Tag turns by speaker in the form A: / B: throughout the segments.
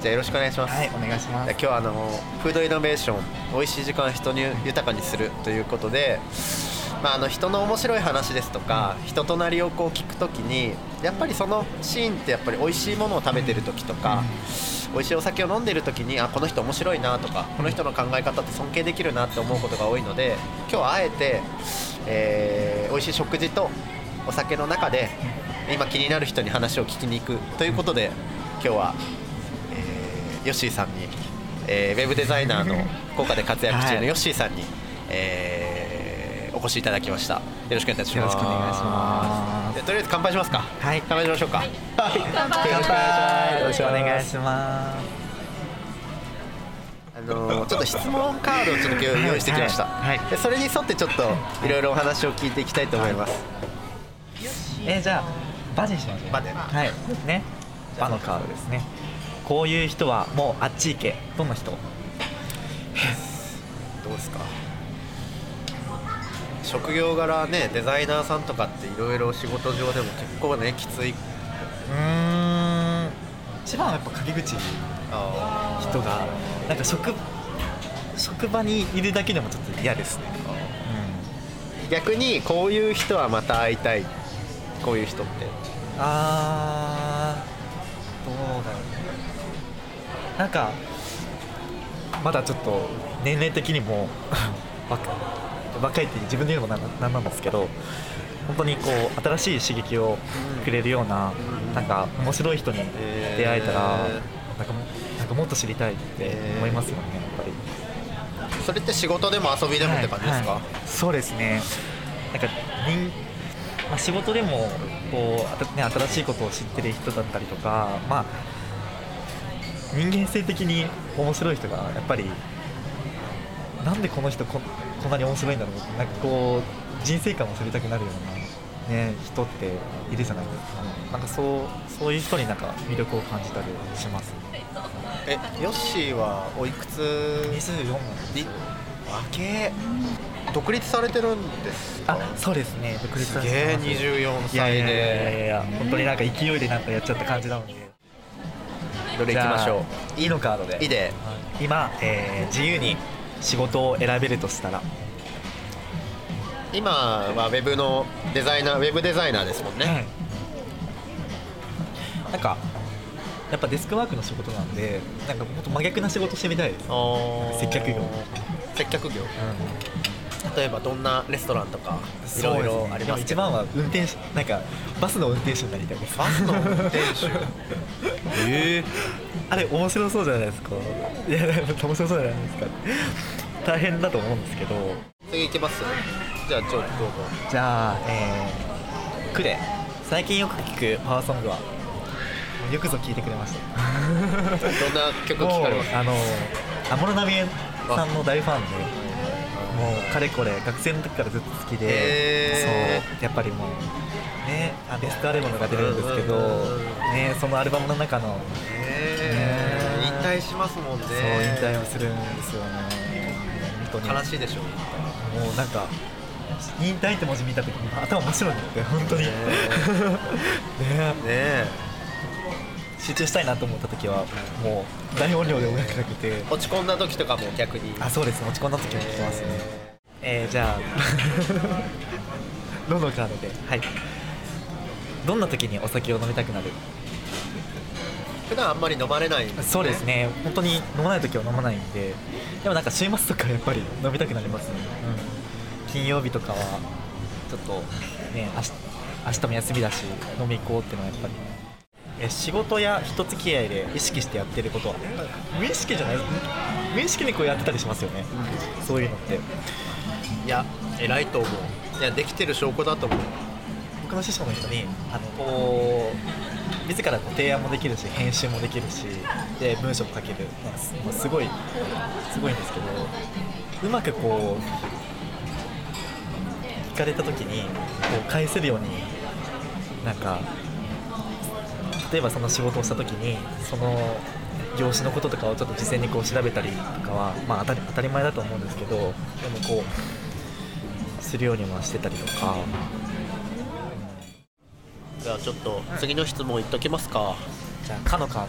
A: じゃあよろしくお願いします、
B: はいお願いしま
A: じゃあ
B: す
A: 今日はあのフードイノベーション美味しい時間を人に豊かにするということで、まあ、あの人の面白い話ですとか、人となりをこう聞くときにやっぱりそのシーンってやっぱり美味しいものを食べてる時とか、美味しいお酒を飲んでる時にあこの人面白いなとかこの人の考え方って尊敬できるなって思うことが多いので今日はあえて、えー美味しい食事とお酒の中で今気になる人に話を聞きに行くということで今日はえーヨッシーさんに、えーウェブデザイナーの福岡で活躍中
B: は
A: の
B: い
A: ヨッシーさんに、えーお越しいただきましたよろしくお願いします
B: よろしくお願いします
A: じゃあとりあえず乾杯しますか
B: はい
A: 乾杯しましょうか、
C: 乾
B: 乾杯よろしくお願い
A: す
B: します
A: あのーちょっと質問カードをちょっと用意してきました、
B: はいはい
A: でそれに沿ってちょっといろいろお話を聞いていきたいと思います、
B: えーじゃあバにしましょう
A: バで
B: はいねバのカードですねこういう人はもうあっち行けどの人
A: どうですか職業柄ねデザイナーさんとかっていろいろ仕事上でも結構ねきつい
B: うん一番はやっぱ陰口
A: あ
B: 人がなんか職職場にいるだけでもちょっと嫌ですね、
A: 逆にこういう人はまた会いたいこういう人って
B: あーどうだろうねなんかまだちょっと年齢的にも 若若いって自分で言うのもなんなんなんですけど本当にこう新しい刺激をくれるような、
A: うん
B: なんか面白い人に出会えたら、
A: え
B: なんかもなんかもっと知りたいって思いますよね、やっぱり。
A: それって仕事でも遊びでもって感じですか、
B: はいはいそうですねなんか人、まあ、仕事でもこうあた、ね、新しいことを知ってる人だったりとか、まあ、人間性的に面白い人がやっぱりなんでこの人ここんなに面白いんだろうってなんかこう人生観を知りたくなるような、ね、人っているじゃないですかなんかそうそういう人になんか魅力を感じたりします
A: えヨッシーはおいくつ
B: 24なんです
A: に若え独立されてるんですか
B: あそうですね独立
A: す
B: さ
A: げ
B: せて
A: え
B: もらってます
A: 24
B: いやい
A: 歳
B: やいやいやい
A: で
B: や本当になんか勢いでなんかやっちゃった感じなので
A: どれいきましょ
B: ういいのカードで
A: ういいで
B: 今、えー自由に仕事を選べるとしたら、
A: 今はウェブのデザイナーウェブデザイナーですもんね、
B: なんかやっぱデスクワークの仕事なんでなんかもっと真逆な仕事してみたいです、
A: おー
B: 接客業
A: 接客業例えばどんなレストランとかいろいろありますけ
B: 一
A: ど
B: 番は運転手なんかバスの運転手になりたいです
A: バスの運転手え
B: あれ面白そうじゃないですかいや面白そうじゃないですか大変だと思うんですけど
A: え次行きますじゃあちょっとどうぞ
B: じゃあ、えー、クレ最近よく聞くパワーソングはよくぞ聞いてくれました
A: どんな曲聴かれます
B: あの安室奈美恵さんの大ファンでもうかれこれ学生の時からずっと好きで、
A: へー
B: そうやっぱりもうねあベストアルバムが出るんですけど、
A: うんうんうん
B: ね、そのアルバムの中の
A: え
B: ね
A: 引退しますもんね
B: そう引退をするんですよね本当に
A: 悲しいでしょう
B: もうなんか引退って文字見た時に頭面白いって本当に
A: ね
B: ねえ
A: ねえ
B: 集中したいなと思った時はもう大音量で音楽かけて
A: 落ち込んだ時とかも逆に
B: あそうです落ち込んだ時も聞きますねえー、じ ゃあどのカードではいどんな時にお酒を飲みたくなる
A: 普段あんまり飲まれないんです
B: そうですね本当に飲まない時は飲まないんででもなんか週末とかやっぱり飲みたくなりますね、うん、金曜日とかはちょっとね明日明日も休みだし飲み行こうってのはやっぱりえ仕事や人付き合いで意識してやってることは無意識じゃない無意識にこうやってたりしますよね、そういうのって
A: いや偉いと思ういやできてる証拠だと思う
B: 僕の師匠の人にあのこう自らこう提案もできるし編集もできるしで文章も書けるなんかすもうすごいすごいんですけどうまくこう聞かれた時にこう返せるようになんか例えばその仕事をした時にその業種のこととかをちょっと事前にこう調べたりとかは、まあ、当たり当たり前だと思うんですけどでもこうするようにはしてたりとか。
A: じゃあちょっと次の質問いっときますか
B: じゃあ、かのカード。はい。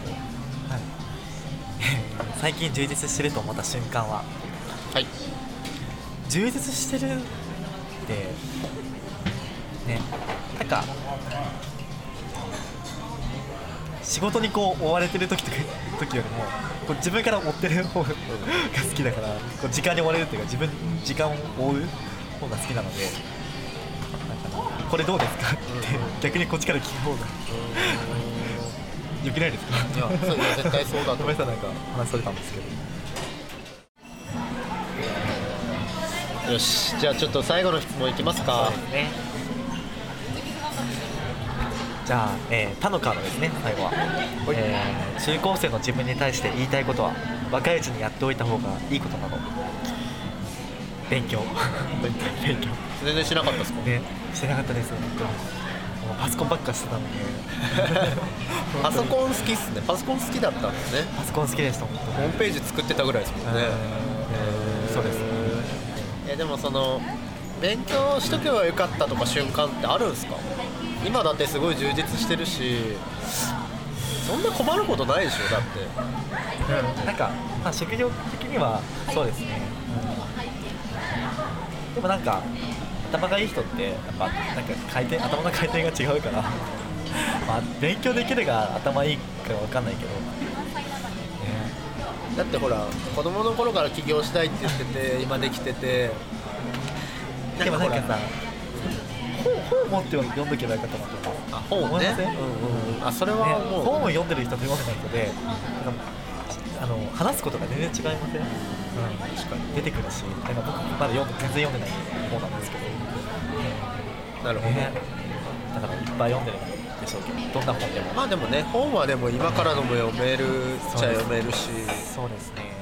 B: 最近充実してると思った瞬間は
A: はい
B: 充実してるってねなんか仕事にこう追われてる時とか 時よりもこう自分から追ってる方が好きだからこう時間に追われるっていうか自分時間を追う方が好きなのでなんかこれどうですかって逆にこっちから聞く方がよくないですか
A: いやそうです絶対そうだと思う
B: ごめんなさいなんか話されたんですけど
A: よしじゃあちょっと最後の質問いきますか
B: ね。じゃあ、えー、他のカードですね、最後は、
A: はい
B: えー中高生の自分に対して言いたいことは、若いうちにやっておいた方がいいことなど。勉強。勉強。
A: 全然しなかったですか
B: ね、してなかったですよ、僕はもうパソコンばっかして たので。
A: パソコン好きっすねパソコン好きだったんですね
B: パソコン好きでした、本
A: ホームページ作ってたぐらいですも
B: 当
A: んね
B: うんそうです。
A: えでもその勉強しとけばよかったとか瞬間ってあるんですか今だってすごい充実してるしそんな困ることないでしょだって
B: なんか、まあ、職業的にはそうですね、でもなんか頭がいい人ってやっぱなんか回転頭の回転が違うから まあ勉強できるが頭いいかわかんないけど、ね
A: だってほら子供の頃から起業したいって言ってて今できてて
B: でもなんか
A: ほら
B: さ本本持って読んどけばよかったなとか
A: あ本を
B: 思い
A: ね
B: ません
A: うんうんあそれは
B: ね
A: もう、
B: 本を読んでる人と読んでない人でなんかあの話すことが全然違いません、確かに出てくるしなんか僕まだ読んで全然読んでない本なんですけど
A: なるほど、
B: ね、だからいっぱい読んでるんでしょうけどどんな本でも
A: まあでもね本はでも今からでも読めるっちゃ読めるし
B: そうですね